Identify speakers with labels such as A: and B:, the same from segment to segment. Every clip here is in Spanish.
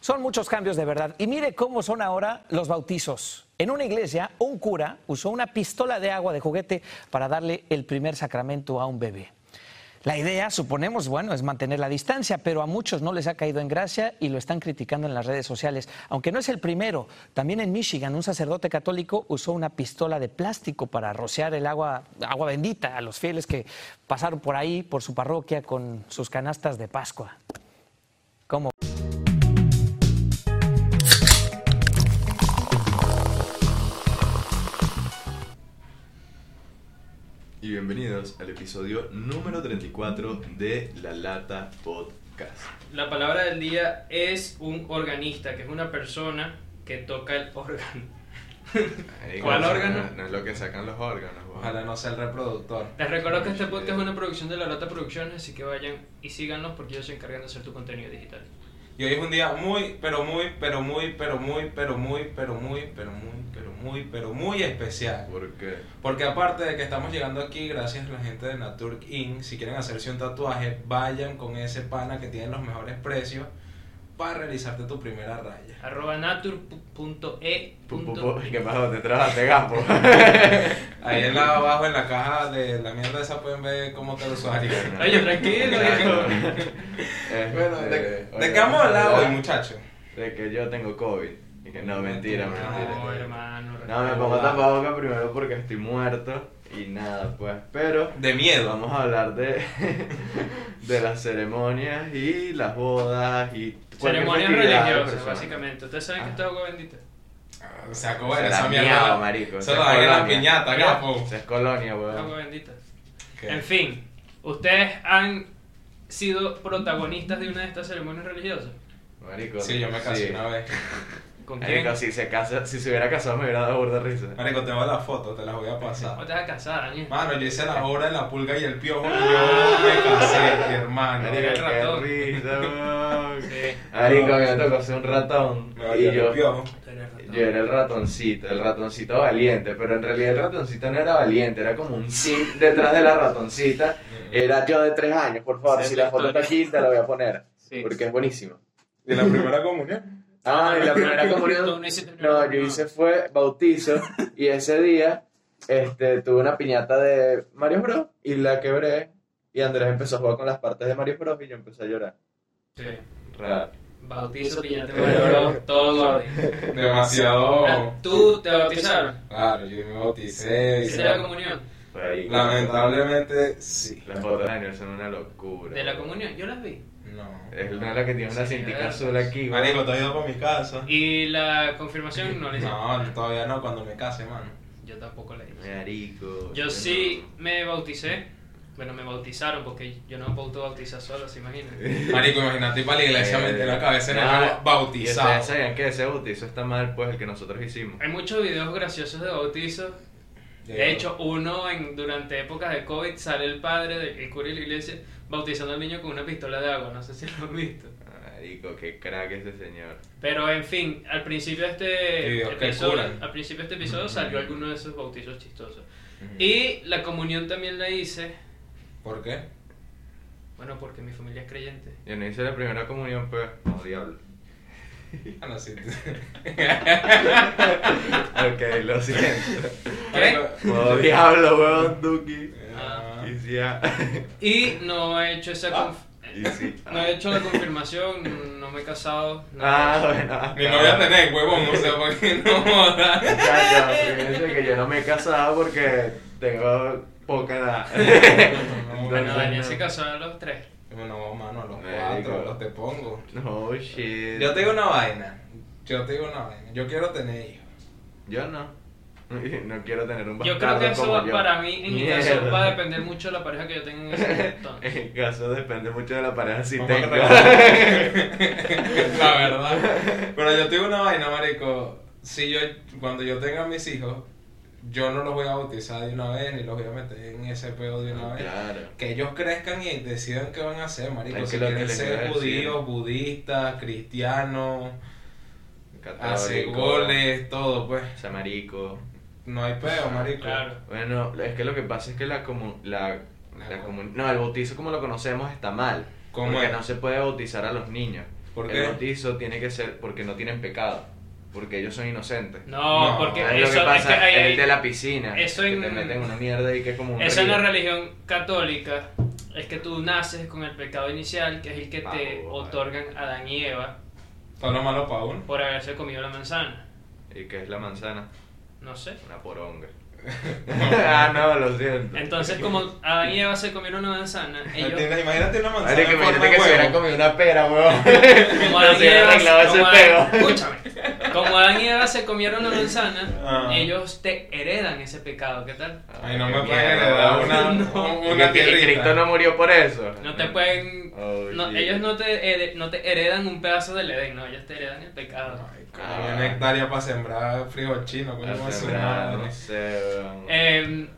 A: Son muchos cambios de verdad. Y mire cómo son ahora los bautizos. En una iglesia, un cura usó una pistola de agua de juguete para darle el primer sacramento a un bebé. La idea, suponemos, bueno, es mantener la distancia, pero a muchos no les ha caído en gracia y lo están criticando en las redes sociales. Aunque no es el primero, también en Michigan un sacerdote católico usó una pistola de plástico para rociar el agua, agua bendita a los fieles que pasaron por ahí, por su parroquia, con sus canastas de Pascua. ¿Cómo?
B: Y bienvenidos al episodio número 34 de La Lata Podcast.
C: La palabra del día es un organista, que es una persona que toca el órgano.
B: Marico,
C: ¿Cuál
B: no,
C: órgano?
B: No, no es lo que sacan los órganos. weón.
D: Ojalá no sea el reproductor.
C: Les recuerdo que este podcast es una producción de La Lata Producciones, así que vayan y síganos porque ellos se encargan de hacer tu contenido digital.
D: Y hoy es un día muy, pero muy, pero muy, pero muy, pero muy, pero muy, pero muy, pero muy, pero muy especial.
B: ¿Por qué?
D: Porque aparte de que estamos llegando aquí, gracias a la gente de Natur Inc., si quieren hacerse un tatuaje, vayan con ese pana que tiene los mejores precios para realizarte tu primera raya.
C: Arroba e natur.e.
B: Pu- pu- pu- ¿Qué pasa? ¿Dónde trabajas? Te gapo.
D: Ahí en la, abajo en la caja de la mierda esa pueden ver cómo te lo usuario.
C: Oye, tranquilo, hijo.
D: Bueno,
B: Bueno,
D: ¿de, de qué vamos a hablar hoy, muchachos?
B: De que yo tengo COVID. Y que no, mentira,
C: Ah.
D: No,
C: No,
B: mentira.
C: hermano.
B: No, me
C: Ah.
B: pongo tapabocas primero porque estoy muerto. Y nada, pues. Pero
D: De miedo.
B: Vamos a hablar de, de las ceremonias y las bodas y cualquier
C: Ceremonias
B: festividad de
C: religiosas,
B: personas.
C: básicamente. Ustedes saben que
B: Ah.
C: esto es agua bendita.
D: O sea, como era
B: Se
D: esa
B: la
D: mierda.
B: miao, marico,
D: Eso
B: se
D: lo dan en la
B: colonia.
D: piñata, capo.
B: Esa es colonia,
C: Agua
B: weón.
C: bendita.
D: ¿Qué?
C: En fin, ¿ustedes han sido protagonistas de una de estas ceremonias religiosas?
B: Marico.
D: Sí, yo me casé
B: sí.
D: una vez.
C: ¿Con quién?
B: Marico, si se, casa, si se hubiera casado me hubiera dado burda risa.
D: Marico, tengo la foto, te las voy a
C: ¿O
D: pasar.
C: te vas a casar, Daniel?
D: Mano, yo hice la obra de la pulga y el piojo y yo me casé, hermano.
B: Marico,
C: el ratón.
B: qué risa, weón.
C: Sí.
B: Marico, a mí me tocó ser un ratón.
D: Me valió
B: Y
D: el
B: yo,
D: piojo.
C: Tú eres ratón.
B: yo era el ratoncito, el ratoncito valiente. Pero en realidad el ratoncito no era valiente, era como un sí detrás de la ratoncita. Era yo de tres años, por favor.
C: Esa es
B: Si
C: la
B: la foto está
C: historia.
B: aquí, te la voy a poner.
C: Sí.
B: Porque es buenísimo.
D: ¿De la primera comunión?
B: Ah, y la primera
C: Tú
B: comunión.
C: no hiciste primera
B: No, yo
C: comunión.
B: hice fue bautizo. Y ese día este, tuve una piñata de Mario Bros. Y la quebré. Y Andrés empezó a jugar con las partes de Mario Bros. Y yo empecé a llorar.
C: Sí.
B: Ra-
C: Bautizo, pillante, valoró, todo gordo.
D: Demasiado.
C: ¿Tú te bautizaron?
D: Claro, yo me bauticé.
C: ¿Hiciste
D: hice
C: la
D: la-
C: comunión?
B: fue ahí.
D: Lamentablemente, sí.
B: Las fotos de Daniel son una locura.
C: ¿De la comunión? Yo las vi.
D: No.
B: Es una de las que tiene una
C: Sí,
B: cintica
C: claro.
B: azul aquí. güey.
D: Marico, todavía para mi casa.
C: ¿Y la confirmación? No la hice.
D: No, todavía no, cuando me case, mano.
C: Yo tampoco la hice.
B: Marico.
C: Yo
B: no.
C: sí me bauticé. Bueno, me bautizaron porque yo no me puedo bautizar solo, ¿se imaginan?
D: Marico, imagínate ir para la iglesia, meter la cabeza en el
B: Nada. Eh,
D: agua,
B: Y ustedes
D: bautizado.
B: sabían que ese bautizo está mal, pues, el que nosotros hicimos.
C: Hay muchos videos graciosos de bautizos. De hecho, uno en, durante épocas de COVID sale el padre del el cura de la iglesia bautizando al niño con una pistola de agua. No sé si lo han visto.
B: Marico, qué crack ese señor.
C: Pero en fin, al principio de
D: Sí,
C: este
D: Dios, qué
C: episodio,
D: cura.
C: al principio de este episodio
B: Mm.
D: Ujú.
C: salió alguno de esos bautizos chistosos.
D: Ujú.
C: Y la comunión también la hice,
D: ¿Por qué?
C: bueno, porque mi familia es creyente.
B: Yo no hice la primera comunión, pues. No, diablo.
D: Ah, no, sí.
B: Ok, lo siento.
C: ¿Qué?
B: No, diablo, huevón, Duki.
C: Ah.
B: Y si ya.
C: Y no he hecho esa conf-
B: Y si.
C: no he hecho la confirmación, no me he casado. no
B: Ah,
C: he hecho-
B: bueno.
D: Ni novia tenés, huevón, o sea, ¿por qué no jodas?
B: Muchachos, fíjense que yo no me he casado porque tengo poca edad.
C: Bueno, Ah, Daniel
B: no.
C: se casó a los tres.
D: Bueno, mano, a los
B: Marico.
D: cuatro, los te pongo.
B: No, shit.
D: Yo te digo una vaina. Yo te digo una vaina. Yo quiero tener hijos.
B: Yo no. No quiero tener un
C: Yo
B: bastardo
C: creo que eso
B: como yo.
C: para mí, en mi caso,
B: Mierda.
C: va a depender mucho de la pareja que yo tenga en ese entonces.
B: En caso depende mucho de la pareja si
D: Vamos a
B: tengo.
D: arreglar. La verdad. Pero yo te digo una vaina, marico. Si yo, cuando yo tenga mis hijos, yo no los voy a bautizar de una vez, ni los voy a meter en ese pedo de una vez.
B: Ah, Claro.
D: Que ellos crezcan y decidan qué van a hacer, marico.
B: Es que
D: si
B: lo que
D: quieren
B: les iba a
D: ser
B: decir.
D: judíos, budistas, cristianos,
B: Católico,
D: hacer Ah, goles, todo, pues.
B: samarico.
D: No hay pedo, marico.
C: Claro.
B: Bueno, es que lo que pasa es que la comu- la, la
D: La
B: comu- no, el bautizo como lo conocemos está mal.
D: ¿Cómo
B: porque
D: es?
B: no se puede bautizar a los niños.
D: ¿Por
B: El
D: qué?
B: bautizo tiene que ser porque no tienen pecado, porque ellos son inocentes.
D: No,
C: No, porque
B: Ahí
C: eso
B: lo que pasa
C: es que hay-
B: el de la piscina,
C: eso
B: que
C: en-
B: te meten una mierda y que es como un
C: Esa es la
B: río.
C: religión católica. Es que tú naces con el pecado inicial, que es el que te
B: Pavo, Ah, vale.
C: otorgan Adán y Eva
D: Todo lo malo para uno.
C: por haberse comido la manzana.
B: ¿Y qué es la manzana?
C: No sé.
B: Una poronga. ah, no, lo siento.
C: Entonces, como Adán y Eva se comieron una manzana, ellos,
D: Imagínate imagínate una manzana.
B: Madre, que
D: en
B: me
D: forma
B: dijiste que
D: de
B: se
D: huevo.
B: hubieran comido una pera, weón. No
C: como Adán
B: se
C: y
B: hubieran
C: Eva,
B: arreglado ese
C: como Adán-
B: peo.
C: escúchame, como Adán y Eva se comieron una
D: Ah.
C: manzana, ellos te heredan ese pecado, ¿qué tal?
D: Ay, no
B: Qué
D: me pueden
B: mierda,
D: heredar
B: weón.
D: una,
C: No.
D: un-
B: Y
D: una
B: que- y Cristo no
D: tierrita.
B: murió por eso.
C: No te pueden,
B: Oh,
C: no,
B: shit.
C: ellos no te, hered- no te heredan un pedazo del Edén, no, ellos te heredan el pecado.
D: Ay, coño, Una hectárea para sembrar frijol chino, coño,
B: No
D: con su
B: sé, no
D: madre.
B: sé, weón.
C: Em,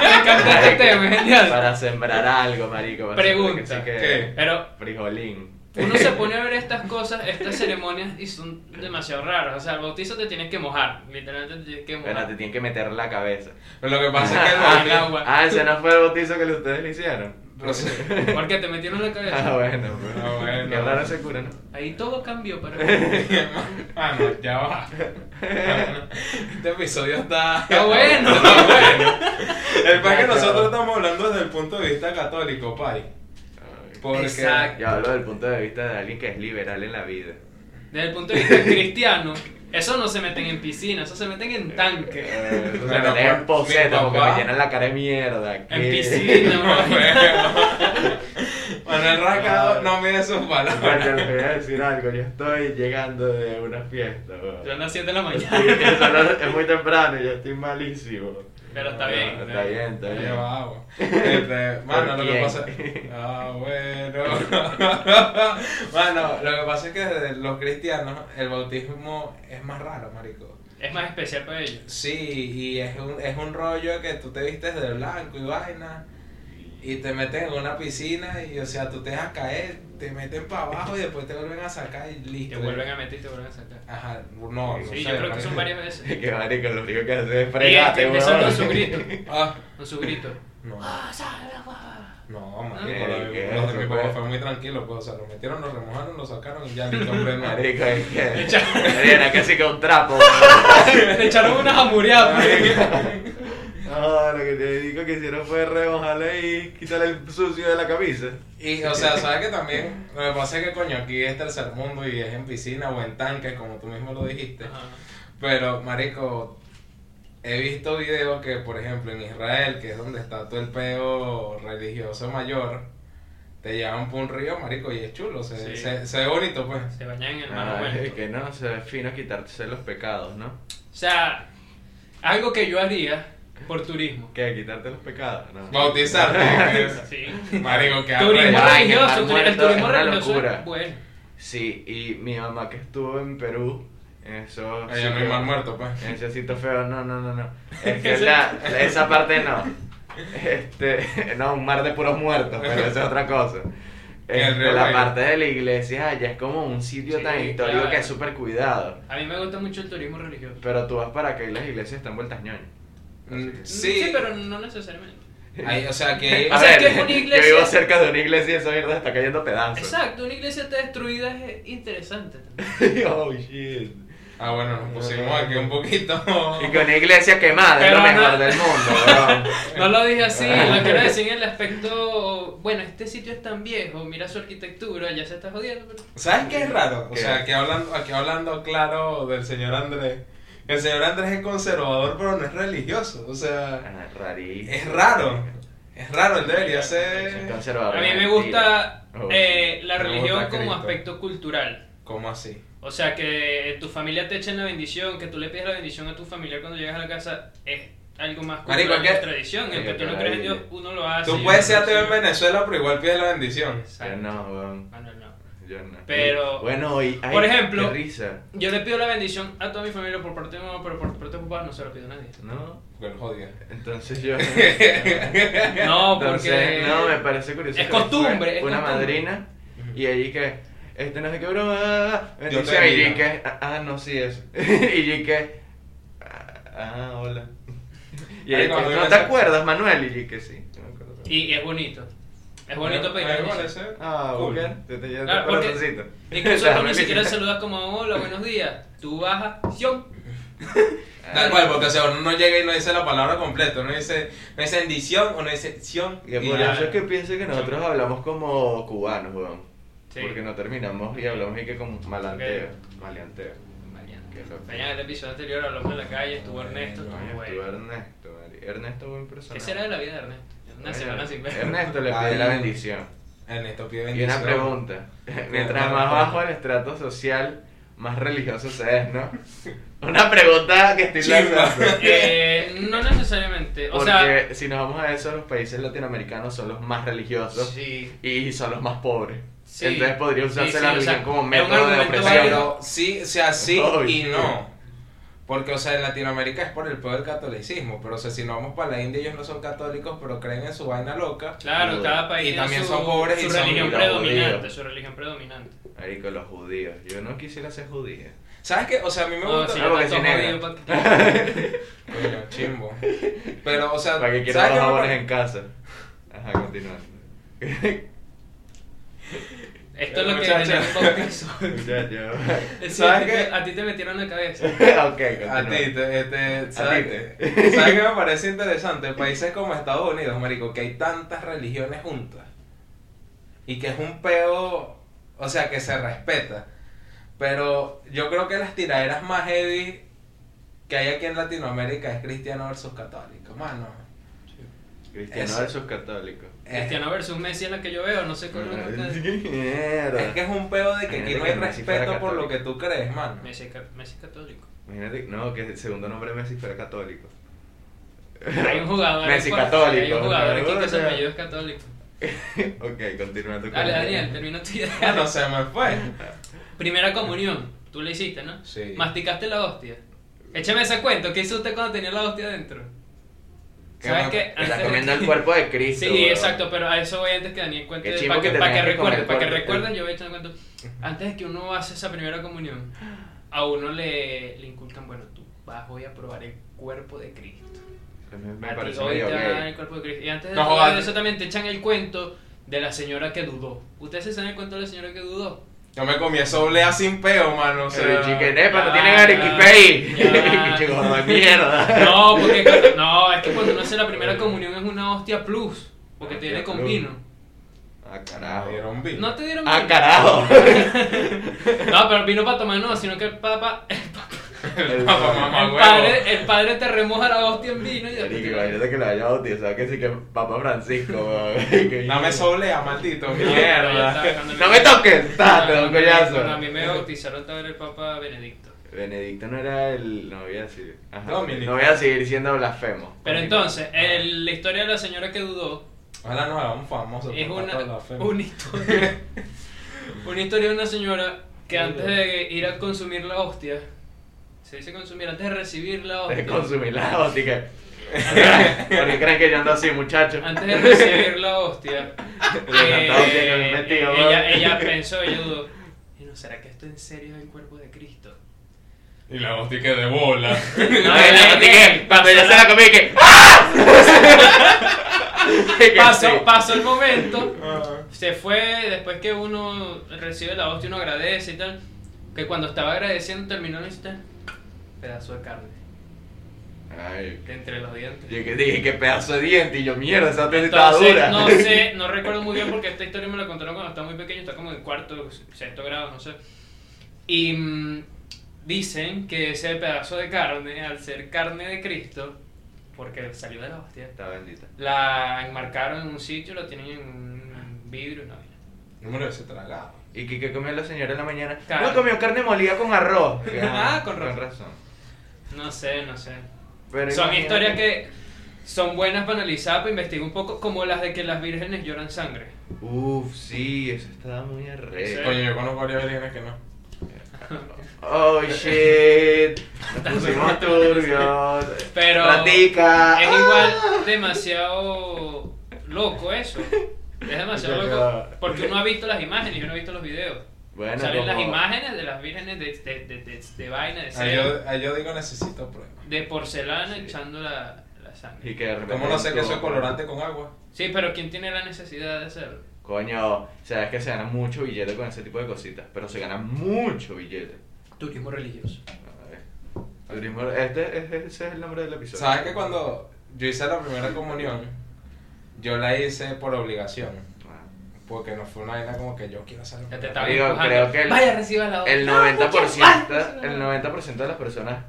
C: me encanta este tema, es genial.
B: Para sembrar algo, marico. para
C: Pregunta.
B: sembrar que sí que-
D: ¿Qué?
C: Pero
B: Frijolín.
C: uno se pone a ver estas cosas, estas ceremonias, y son demasiado raras. O sea, el bautizo te tienes que mojar, literalmente te tienes que
B: Bueno, te
C: mojar.
B: tienen que meter la cabeza.
D: Pero lo que pasa es que el
C: Ah,
D: bautizo-
C: el agua.
B: Ah, ese no fue el bautizo que ustedes le hicieron.
D: No sé.
C: Porque te metieron la
B: Ah,
C: cabeza.
B: bueno. pero-
D: Ah, bueno.
B: Qué raro ese cura, ¿no?
C: Ahí todo cambió para mí.
D: Mano, Ah, ya va. Este episodio está.
C: Está bueno, está bueno.
D: El pa'
B: Ya,
D: que
B: ya.
D: nosotros estamos hablando desde el punto de vista católico, pai. Porque
C: Exacto.
B: Yo hablo del punto de vista de alguien que es liberal en la vida.
C: Desde el punto de vista cristiano, eso no se meten en piscina, eso se meten en tanque.
B: Eh, o sea,
D: Bueno,
B: me dejan
D: mi
B: poseta porque me
D: papá-
B: llenan la cara de mierda. ¿qué?
C: En piscina, mamá.
D: Manuel Rascado no mide sus
B: Bueno,
D: palabras.
B: les voy a decir algo. Yo estoy llegando de una fiesta. weón.
C: Son las 7 de la mañana.
B: Eso no- es muy temprano y yo estoy malísimo.
C: Pero está
B: No,
C: bien.
B: Está bien, está bien.
D: Lleva agua. Este, mano, lo que
B: quién?
D: pasa. Ah, bueno. Mano, lo que pasa es que desde los cristianos el bautismo es más raro, marico.
C: Es más especial para ellos.
D: Sí, y es un, es un rollo que tú te vistes de blanco y vaina y te meten en una piscina y o sea, tú te dejas caer, te meten para abajo y después te vuelven a sacar y
C: Te
D: listo.
C: vuelven a meter y te vuelven a sacar.
D: Ajá, no, Ah, no
C: Sí,
D: sé,
C: yo creo que
D: marico.
C: son varias veces.
B: Que marico, lo único que hace es
C: Y este,
B: fregarte, weón.
C: empiezan con su grito.
D: Ah,
C: Con su grito.
D: no. No, marico,
B: ¿Qué?
D: lo de-
B: ¿Qué?
D: lo de mi
B: Eso
D: papá
B: fue-
D: fue muy tranquilo, pues, o sea, lo metieron, lo remojaron, lo sacaron y ya listo, hombre, no.
B: Marico, es que.
C: Echa-
B: Era casi que un trapo, weón.
C: Le echaron pues. unas
B: Ah,
C: amureadas.
B: No, Ah, lo que te digo que hicieron fue remojarle y quitarle el sucio de la camisa.
D: Y, o sea, sabes que también, lo que pasa es que, coño, aquí es tercer mundo y es en piscina o en tanque, como tú mismo lo dijiste.
C: Ajá.
D: Pero, marico, he visto videos que, por ejemplo, en Israel, que es donde está todo el peo religioso mayor, te llevan por un río, marico, y es chulo, se,
C: Sí.
D: se, se ve bonito, pues.
C: Se bañan en el mar
B: Ah,
C: muerto.
B: es que no, se ve fino quitarse los pecados, ¿no?
C: O sea, algo que yo haría por turismo.
B: ¿Qué? ¿Quitarte los pecados? No.
D: Bautizarte.
C: Sí.
D: que- marico, que
C: Turismo
B: Ay, pues, que el mar
C: religioso. turi- El
B: muerto es
C: turismo
B: una
C: religioso
B: locura.
C: es bueno.
B: Sí, y mi mamá que estuvo en Perú, en esos...
D: Allá no hay mal muerto, pues.
B: En esos sitios feos, no, no, no, no. Es que la- la- esa parte no. Este, no, un mar de puros muertos, pero eso es otra cosa.
D: El
B: Este,
D: río
B: la
D: Guayra.
B: parte de la iglesia allá es como un sitio
C: Sí,
B: tan histórico
C: claro.
B: que es súper cuidado.
C: A mí me gusta mucho el turismo religioso.
B: Pero tú vas para que las iglesias están vueltas ñoñas.
D: Mm,
C: Sí,
D: Sí,
C: pero no necesariamente.
D: Ahí, o sea, que...
C: O sea, que es una iglesia-
B: yo vivo cerca de una iglesia y esa mierda está cayendo pedazos.
C: Exacto, una iglesia está destruida es eh, interesante también.
B: oh, shit.
D: Ah, bueno, nos pusimos aquí un poquito...
B: Y con una iglesia quemada es
C: Pero
B: lo mejor
C: no-
B: del mundo, weón.
C: No lo dije así, lo quiero decir en el aspecto. Bueno, este sitio es tan viejo, mira su arquitectura, ya se está jodiendo. Pero...
D: ¿Sabes qué es raro? O
B: ¿Qué?
D: sea, aquí hablando, aquí hablando claro del señor Andrés. El señor Andrés es conservador, pero no es religioso. O sea,
B: Ah, rarísimo.
D: es raro. Es raro, él debería
B: Soy
D: ser.
B: conservador,
C: A mí me
B: mentira.
C: gusta
B: Oh,
C: eh, la
D: Me gusta
C: religión como
D: Cristo.
C: aspecto cultural.
D: ¿Cómo así?
C: O sea, que tu familia te echen la bendición, que tú le pidas la bendición a tu familiar cuando llegas a la casa, es algo más cultural,
D: Marico, ¿qué?
C: es tradición. El que
B: Marico,
C: tú no
B: qué
C: crees en Dios,
B: maravilla.
C: uno lo hace.
D: Tú
C: y uno
D: puedes ser
C: lo
D: ateo en
C: hace.
D: Venezuela, pero igual pides la bendición.
B: Yo
C: Exacto.
B: no, weón.
C: Ah, no, no.
B: Yo no.
C: Pero-
B: Bueno, y. ay,
C: Por ejemplo-
B: Qué risa.
C: Yo le pido la bendición a toda mi familia por parte de mamá, pero por parte de papá no se lo pido a nadie.
B: No.
D: Porque lo jodía.
B: Entonces yo.
C: No, porque.
B: Entonces, no, me parece curioso.
C: Es
B: que fue
C: costumbre, es
B: Una
C: costumbre.
B: madrina. Y allí que. Este no sé qué broma. Bendición.
D: te
B: Y yo
D: bendiga.
B: que. Ah, ah, no, sí, eso. y yo que. ah, Ah, hola. Y
D: Ay,
B: ella,
D: no, a mí
B: ¿no
D: me
B: te
D: sa-
C: eh,
B: acuerdas, Manuel? Y yo que sí. yo me acuerdo.
C: Y es bonito. Es bonito pedir
D: Me
C: permiso.
D: parece
B: Ah,
D: cool.
B: Booker, te te llenas
C: Claro,
B: el
C: porque-
B: corazoncito.
C: Incluso tú
B: Dame.
C: ni siquiera saludas como hola, buenos días. Tú bajas, sion.
B: Ah,
D: Tal cual, porque o sea, uno no llega y no dice la palabra completa, no dice, no dice endición o no dice sion.
B: Que
D: y
B: por
D: ya.
B: eso es que pienso que nosotros hablamos como cubanos, weón.
C: Sí.
B: Porque no terminamos y hablamos y que como maleanteo. Maleanteo.
C: Mañana.
B: Qué loco.
C: Mañana en el episodio anterior hablamos en la calle, estuvo Ernesto,
B: Coño,
C: estuvo
B: estuvo
C: güey.
B: Ernesto, Mari. Ernesto buen personaje.
C: ¿Qué será de la vida de Ernesto? Una
B: Coño,
C: semana sin ver.
B: Ernesto le
D: Ay.
B: pide la bendición.
D: Ernesto pide
B: Y
D: bendición.
B: una pregunta. Mientras más bajo el estrato social, más religioso se es, ¿no? Una pregunta que estoy
D: Chimba.
B: lanzando.
C: Eh, no necesariamente. O
B: Porque
C: sea,
B: si nos vamos a eso, los países latinoamericanos son los más religiosos
C: sí.
B: y son los más pobres.
C: Sí.
B: Entonces podría
C: Sí,
B: usarse la
C: sí, o sea,
B: religión como
C: es un
B: método de
C: argumento
B: opresión.
D: Pero sí, o sea, sí
B: Ay,
D: y no. Porque, o sea, en Latinoamérica es por el poder del catolicismo. Pero, o sea, si nos vamos para la India, ellos no son católicos, pero creen en su vaina loca.
C: Claro,
B: Y
C: cada país tiene
D: también
C: su,
D: son pobres y
C: su
D: son
C: religión
B: mira, judíos.
C: predominante, su religión predominante.
B: Ahí con los judíos. Yo no quisiera ser judío.
D: ¿Sabes qué? O sea, a mí me
C: No,
D: gusta.
C: si
B: algo
C: yo
B: que
C: tanto
B: sí negra.
C: jodido pa'
D: Coño, chimbo. Pero, o sea,
B: Para que quiera
D: ¿sabes
B: los
D: qué me
B: jabones
D: parece?
B: en casa. Ajá, continúa.
C: qué- Esto es lo que
D: Muchacha.
C: tenía un bautizo.
B: Muchacho.
C: Sí,
D: ¿Sabes
C: a ti
D: qué?
C: te- A ti te metieron en la cabeza.
B: ok,
D: A
B: continúa.
D: ti, te- este, ¿sabes,
B: ti.
D: qué? ¿Sabes qué me parece interesante? Países como Estados Unidos, marico, que hay tantas religiones juntas. Y que es un peo, o sea, que se respeta. Pero yo creo que las tiraderas más heavy que hay aquí en Latinoamérica es cristiano versus católico, mano. Eh,
B: Cristiano
D: Eso.
B: versus católico.
D: Es-
C: Cristiano versus Messi es la que yo veo, no sé cuál es la que-
B: Mierda.
D: Es que es un peo de que aquí
B: Imagínate
D: no hay
B: que Messi fuera
D: respeto por lo
B: católico.
D: que tú crees, mano.
C: Messi, es ca- Messi es católico.
B: Imagínate, no, que el segundo nombre de Messi fuera católico.
C: Hay un jugador.
B: Messi
C: en-
B: católico.
C: Hay un jugador aquí
B: ¿no?
C: que su apellido es católico.
B: Ok, continúa tu
C: Dale,
B: comentario.
C: Daniel, termina tu idea.
D: Bueno, se me fue.
C: Primera comunión. Tú la hiciste, ¿no?
D: Sí.
C: Masticaste la hostia. Échame ese cuento. ¿Qué hizo usted cuando tenía la hostia adentro?
D: Que
C: ¿Sabes
D: me-
C: qué?
B: Que Está
C: Antes-
B: comiendo el cuerpo de Cristo.
C: Sí,
B: weón.
C: exacto, pero a eso voy antes que Daniel cuente.
B: Qué
C: Para que,
B: chimbo
C: pa' que,
B: que tenías que
C: recuerden,
B: comer
C: para que
B: cuerpo.
C: recuerden, yo voy echando cuento. Antes de que uno hace esa primera comunión, a uno le, le inculcan, bueno, tú vas hoy a probar el cuerpo de Cristo.
B: Me, me
C: A ti
B: parece
C: hoy
B: medio
C: te van a dar el
B: gay.
C: cuerpo de Cristo. Y antes de
D: No
C: todo
D: jodas.
C: eso también te echan el cuento de la señora que dudó. ¿Ustedes se saben el cuento de la señora que dudó?
D: Yo me comí esa oblea sin peo, mano. O sea,
B: Pero chiquenepa,
C: ya,
B: no tienen arequipe ahí.
C: ya.
B: Chico, mamá, mierda.
C: No, porque cuando- no, es que cuando uno hace la primera comunión es una hostia plus, porque te viene
B: Hostia
C: con
B: plus.
C: vino.
B: Ah,
D: Me
B: carajo.
D: dieron vino.
C: No te dieron
B: Ah,
C: vino.
B: carajo.
C: No, pero vino para tomar no, sino que el papa, el, papa-
B: El-
D: Papá, mamá,
C: el
D: huevo.
C: padre, el padre te remoja la hostia en vino y después
B: Marico,
C: te-
B: imagínate que lo haya bautizado, que sí que Papa Francisco, weón.
D: Dame soblea, maldito.
C: No,
D: Mierda.
C: ya está, cuando
B: ¡No
C: me-
B: me toques! ¡Ta, te doy un
C: Cuando me- cuando A
B: collazo!
C: mí me bautizaron también el papa Benedicto.
B: Benedicto no era el... no voy a decir... Ajá,
D: Dominic.
B: No voy a seguir siendo blasfemo.
C: Pero entonces,
B: Ah.
C: el- la historia de la señora que dudó
D: Ahora nos hagamos famosos.
C: es
D: por
C: una,
D: tanto la fe.
C: una historia. Una historia de una señora que antes de ir a consumir la hostia, se dice consumir, antes de recibir la
B: De
C: hostia.
B: consumir la hostia. Porque creen que yo ando así, muchachos.
C: Antes de recibir la hostia, eh,
B: Le cantaba bien el metido, ¿no?
C: ella, ella pensó y dudó. "Y no, ¿Será que esto en serio es el cuerpo de Cristo?
D: Y la hostia que de bola.
B: No, y la hostia que- Cuando yo se la comí, ¡Ah! que...
C: Pasó,
B: ¡Ah!
C: pasó el momento, se fue, después que uno recibe la hostia, uno agradece y tal. Que cuando estaba agradeciendo terminó la historia, pedazo de carne,
B: Ay,
C: de entre los dientes.
B: Yo que dije, qué pedazo de diente. Y yo, mierda, esa tesis estaba
C: Entonces,
B: dura.
C: no sé, no recuerdo muy bien porque esta historia me la contaron cuando estaba muy pequeño, está como en cuarto, sexto grado, no sé. Y mm, dicen que ese pedazo de carne, al ser carne de Cristo, porque salió de la hostia,
B: Está bendita.
C: la enmarcaron en un sitio, la tienen en un vidrio, no.
D: No me lo hubiese tragado.
B: ¿Y qué, qué comió la señora en la mañana?
C: Claro.
B: No, comió carne molida con arroz.
C: Ah, con razón.
B: razón.
C: No sé, no sé.
B: Pero
C: son
B: imagínate.
C: historias que son buenas para analizar, para investigar un poco, como las de que las vírgenes lloran sangre.
B: Uf, sí, eso estaba muy
C: Sí.
B: arrecho.
D: Eh, Coño, yo conozco varias vírgenes que no.
B: Oh, shit. Nos pusimos turbios.
C: Pero-
B: Platica. Ah.
C: Es igual demasiado loco eso. Es demasiado loco. Porque uno ha visto las imágenes, yo no he visto los videos.
B: Bueno,
C: Salen las
B: como-
C: imágenes de las vírgenes de, de, de, de- de vaina, de
D: Ahí
C: cera,
D: yo, ahí yo digo necesito pruebas.
C: de porcelana echando la, la la sangre.
B: Y que de repente
D: ¿Cómo no sé que
B: tú-
D: eso es colorante con agua?
C: Sí, pero ¿quién tiene la necesidad de hacerlo?
B: Coño, o sea, es que se gana mucho billete con ese tipo de cositas, pero se gana mucho billete.
C: Turismo religioso.
B: Ay, Turismo, este, este- ese es el nombre del episodio.
D: ¿Sabes que cuando yo hice la primera comunión, yo la hice por obligación? Porque no fue una vaina como que yo quiero hacerlo.
C: Ah. Ya te estaba
B: Digo,
C: empujando.
B: creo que el-
C: Vaya, reciba la
B: El
C: otra.
B: 90%, el 90 de las personas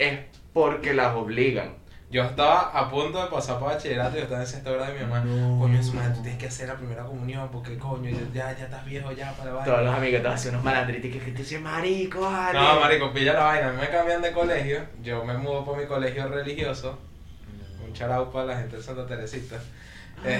B: es porque las obligan.
D: Yo estaba a punto de pasar para bachillerato y yo estaba en sexta grado de mi mamá. Coño, es madre, tú tienes que hacer la primera comunión porque coño, ya, ya estás viejo ya para la
B: Todos
D: vaina.
B: los amigos te hacen unos malandritos que tú dices, marico, vale.
D: No, marico, pilla la vaina. A mí me cambian de colegio. Yo me mudo para mi colegio religioso. Un charao para la gente de Santa Teresita.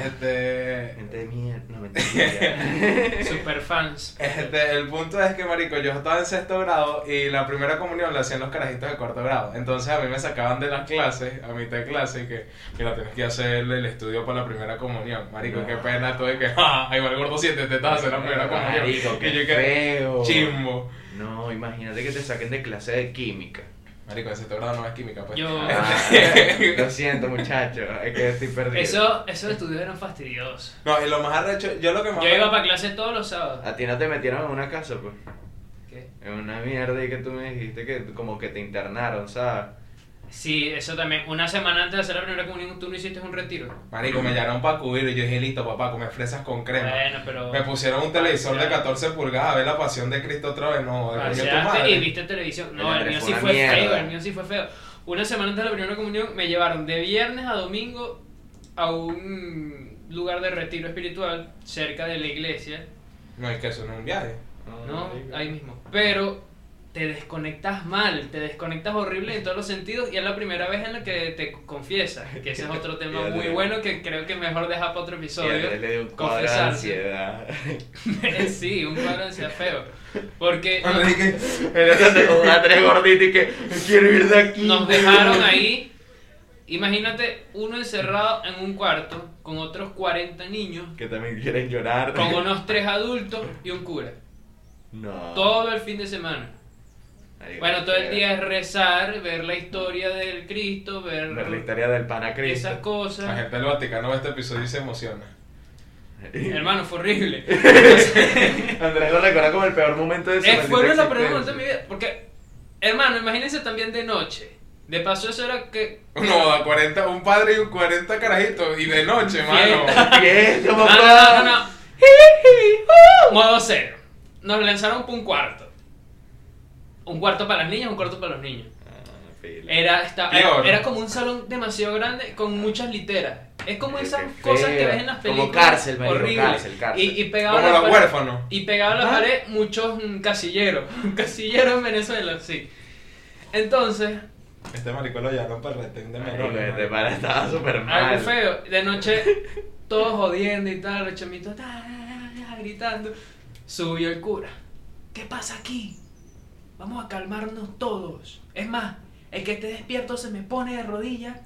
D: Este.
B: Gente de mierda, no mentira.
C: Superfans.
D: Este, el punto es que, marico, yo estaba en sexto grado y la primera comunión la hacían los carajitos de cuarto grado. Entonces a mí me sacaban de las clases, a mitad de clase, y que, mira, tienes que hacer el estudio para la primera comunión. Marico,
B: No.
D: qué pena, todo de que, ah, igual gordo siete te estás haciendo la primera comunión.
B: Marico, qué
D: y yo
B: feo.
D: chimbo.
B: No, imagínate que te saquen de clase de química.
D: Marico, en sexto grado no es química, pues.
C: Yo-
B: Ah, lo siento, muchacho, es que estoy perdido.
C: Eso, esos estudios eran fastidiosos.
D: No, y lo más arrecho, yo lo que más...
C: Yo iba para clase todos los sábados.
B: A ti no te metieron en una casa, pues.
C: ¿Qué?
B: En una mierda y que tú me dijiste que como que te internaron, ¿sabes?
C: Sí, eso también. Una semana antes de hacer la primera comunión, tú no hiciste un retiro.
D: Marico, me llamaron para cubrir y yo dije, listo, papá, come fresas con crema.
C: Bueno, pero.
D: Me pusieron un televisor de 14 pulgadas a ver la pasión de Cristo otra vez. No, de coño, tu
C: Paseaste
D: madre.
C: y viste televisión. No,
B: Coño,
C: el mío
B: Andrés,
C: sí
B: una
C: fue feo,
B: mierda.
C: el mío sí fue feo. Una semana antes de la primera comunión me llevaron de viernes a domingo a un lugar de retiro espiritual cerca de la iglesia.
D: No, es que eso no es un viaje.
B: Oh,
C: ¿no? Ahí mismo. Pero te desconectas mal, te desconectas horrible en todos los sentidos y es la primera vez en la que te confiesas, que ese es otro tema
B: Ya
C: muy
B: te-
C: bueno que creo que mejor dejar para otro
B: Y Andrés le
C: episodio.
B: dio un cuadro de
C: confesarse.
B: ansiedad.
C: sí, un cuadro de ansiedad feo. Porque
D: Cuando
C: nos,
D: dije,
B: Entonces, un A3 gordito y que quiero ir de aquí.
C: nos dejaron ahí, imagínate uno encerrado en un cuarto con otros 40 niños,
B: Que también quieren llorar.
C: con unos tres adultos y un cura.
B: No.
C: Todo el fin de semana.
B: Marico,
C: Bueno, todo el
B: qué-
C: día es rezar, ver la historia del Cristo, ver,
B: Ver la historia del pana Cristo.
C: esas cosas.
D: La gente del Vaticano ve este episodio y se emociona.
C: Hermano, fue horrible.
B: Andrés lo recuerda como el peor momento de su
C: Eh, fue uno
B: maldita
C: de los peores momentos de mi
B: existencia.
C: vida. Porque, hermano, imagínense también de noche. De paso, eso era que.
D: No, a 40, un padre y un 40 carajitos. Y de noche, mano.
B: Fiesta,
C: No,
B: papá.
C: no, no, no, no. Modo cero. Nos lanzaron por un cuarto. Un cuarto para las niñas, un cuarto para los niños.
B: Ah, fila.
C: Era, esta-
D: Peor.
C: era, era como un salón demasiado grande con muchas literas. Es como
B: Qué
C: esas
B: feo.
C: cosas que ves en las
B: Como
C: películas.
B: cárcel, marico,
C: horrible.
B: cárcel, cárcel.
C: Y, y pegado a
D: Como
C: la
D: los
C: pared-
D: huérfanos.
C: Y pegado a la pared muchos mm, casilleros. Casilleros en Venezuela, sí. Entonces,
D: Este marico lo llamaron para el retén de
B: Marico, este
D: menores.
B: pana estaba súper mal.
C: algo feo. De noche, todos jodiendo y tal, los chamitos ta, ta, ta, gritando. Subió el cura. ¿Qué pasa aquí? Vamos a calmarnos todos. Es más, el que esté despierto se me pone de rodillas.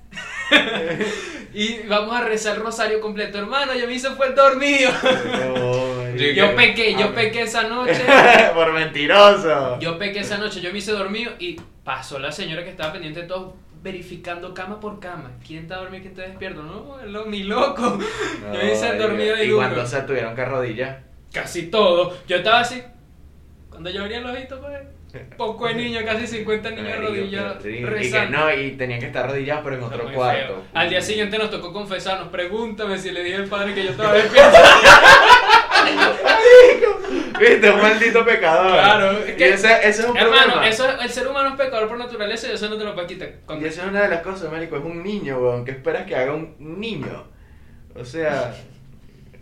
C: y vamos a rezar el rosario completo. Hermano, yo me hice fue el dormido.
B: No, marico.
C: Yo pequé, yo
D: Amén.
C: pequé esa noche.
B: Por mentiroso.
C: Yo pequé esa noche, yo me hice dormido y pasó la señora que estaba pendiente de todo verificando cama por cama. ¿Quién está dormido? ¿Quién está despierto? No, lo, ni loco.
B: No,
C: yo me hice
B: marico.
C: dormido de
B: ¿Y cuando
C: duro.
B: se tuvieron que arrodillar?
C: Casi todo. Yo estaba así. Cuando yo abría los ojitos, pues, poco de niños, casi 50 niños
B: Marico,
C: arrodillados,
B: qué horrible. Y que
C: Este rezando.
B: no, y tenían que estar arrodillados, pero en
C: Eso
B: otro
C: fue
B: cuarto.
C: feo. Al día siguiente nos tocó confesarnos. Pregúntame si le dije al padre que yo estaba despierto.
B: Viste, un maldito pecador.
C: Claro, es que-
B: Y ese, ese es un
C: Hermano,
B: problema.
C: eso, el ser humano es pecador por naturaleza y eso no te lo puedes quitar. Cuando-
B: Y eso es una de las cosas, marico, es un niño, weón. ¿Qué esperas que haga un niño? O sea,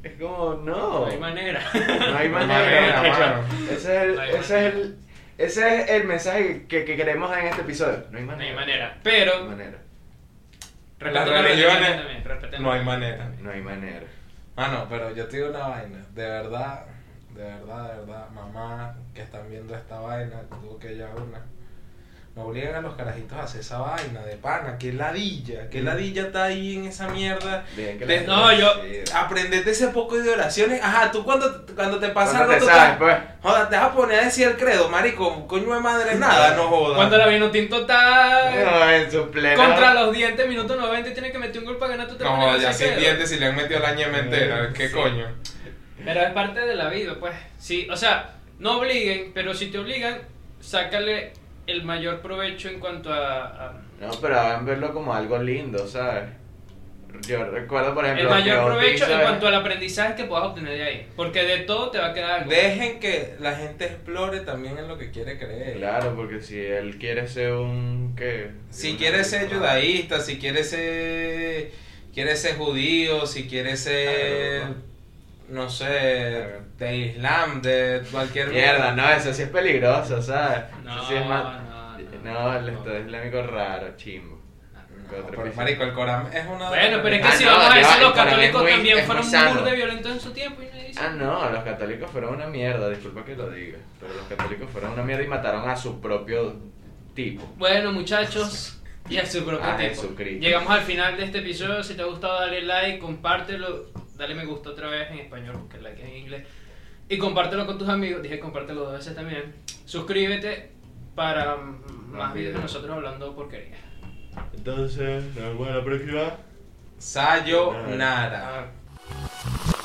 B: es como, no.
C: no hay manera.
B: No hay
D: No hay
B: manera,
D: manera,
B: mano.
D: mano.
B: Ese es el,
C: No hay
B: ese es el, ese es el mensaje que, que queremos dar en este episodio. No hay
C: No hay
B: manera.
C: manera.
B: No hay
C: Pero
B: manera.
C: Respetemos
D: Las
C: las religiones
D: religiones,
C: también, respetemos.
D: No hay manera.
B: No hay manera.
D: Mano, pero yo te digo una vaina. De verdad, de verdad, de verdad. Mamá, que están viendo esta vaina, tú que ya una. No obligan a los carajitos a hacer esa vaina de pana. Qué ladilla, qué ladilla está ahí en esa mierda.
B: Dejen que la
D: De-
B: gente
D: no, yo
B: decida.
D: aprendete ese poco de oraciones. Ajá, tú cuando, cuando te pasa
B: Cuando
D: algo,
B: te
D: tú
B: sabes,
D: te-
B: pues.
D: Joda, te vas a poner a decir el credo, marico. Coño de madre, nada, no jodas.
C: Cuando la vino tinto está
B: No, en su plena.
C: contra los dientes, minuto 90, y tiene que meter un gol para ganar tu
D: No,
C: terminal.
D: ya
C: se
D: sin
C: queda.
D: dientes si le han metido la ñema entera. ¿Qué coño?
C: Pero es parte de la vida, pues. Sí, o sea, no obliguen, pero si te obligan, sácale el mayor provecho en cuanto a. a-
B: No, pero hagan verlo como algo lindo, ¿sabes? Yo recuerdo, por
C: el
B: ejemplo. eh.
C: mayor provecho en cuanto al aprendizaje que puedas obtener de ahí. Porque de todo te va a quedar algo.
D: Dejen que la gente explore también en lo que quiere creer.
B: Claro, porque si él quiere ser un. ¿Qué?
D: Si
B: Una-
D: quieres ser judaísta, si quieres ser, quieres ser judío, si quieres ser,
B: Claro.
D: no sé, de Islam, de cualquier
B: Mierda, no, eso sí es peligroso, ¿sabes?
C: No,
B: eso sí es más.
C: no, no,
B: No, el
C: no.
B: Estado Islámico raro, chimbo.
D: No, pero, marico, el Corán es una.
C: Bueno, pero es que
B: Ah,
C: si
B: no,
C: vamos a
B: ya
C: decir,
B: va,
C: los
B: para mí es
C: católicos
B: muy-
C: también
B: es
C: fueron
B: muy
C: un
B: sano.
C: burro de violentos en su tiempo. Y nadie dice.
B: Ah, no, los católicos fueron una mierda, disculpa que lo diga. Pero los católicos fueron una mierda y mataron a su propio tipo.
C: Bueno, muchachos, y a su propio
B: Ah,
C: tiempo.
B: Jesucristo.
C: Llegamos al final de este episodio. Si te ha gustado, dale like, compártelo. Dale me gusta otra vez en español, porque el like es en inglés. Y compártelo con tus amigos. Dije compártelo dos veces también. Suscríbete para mm, más
B: Más
C: videos de
B: videos.
C: nosotros hablando porquería.
B: Entonces, nos vemos la próxima.
D: Sayonara.
C: Ah.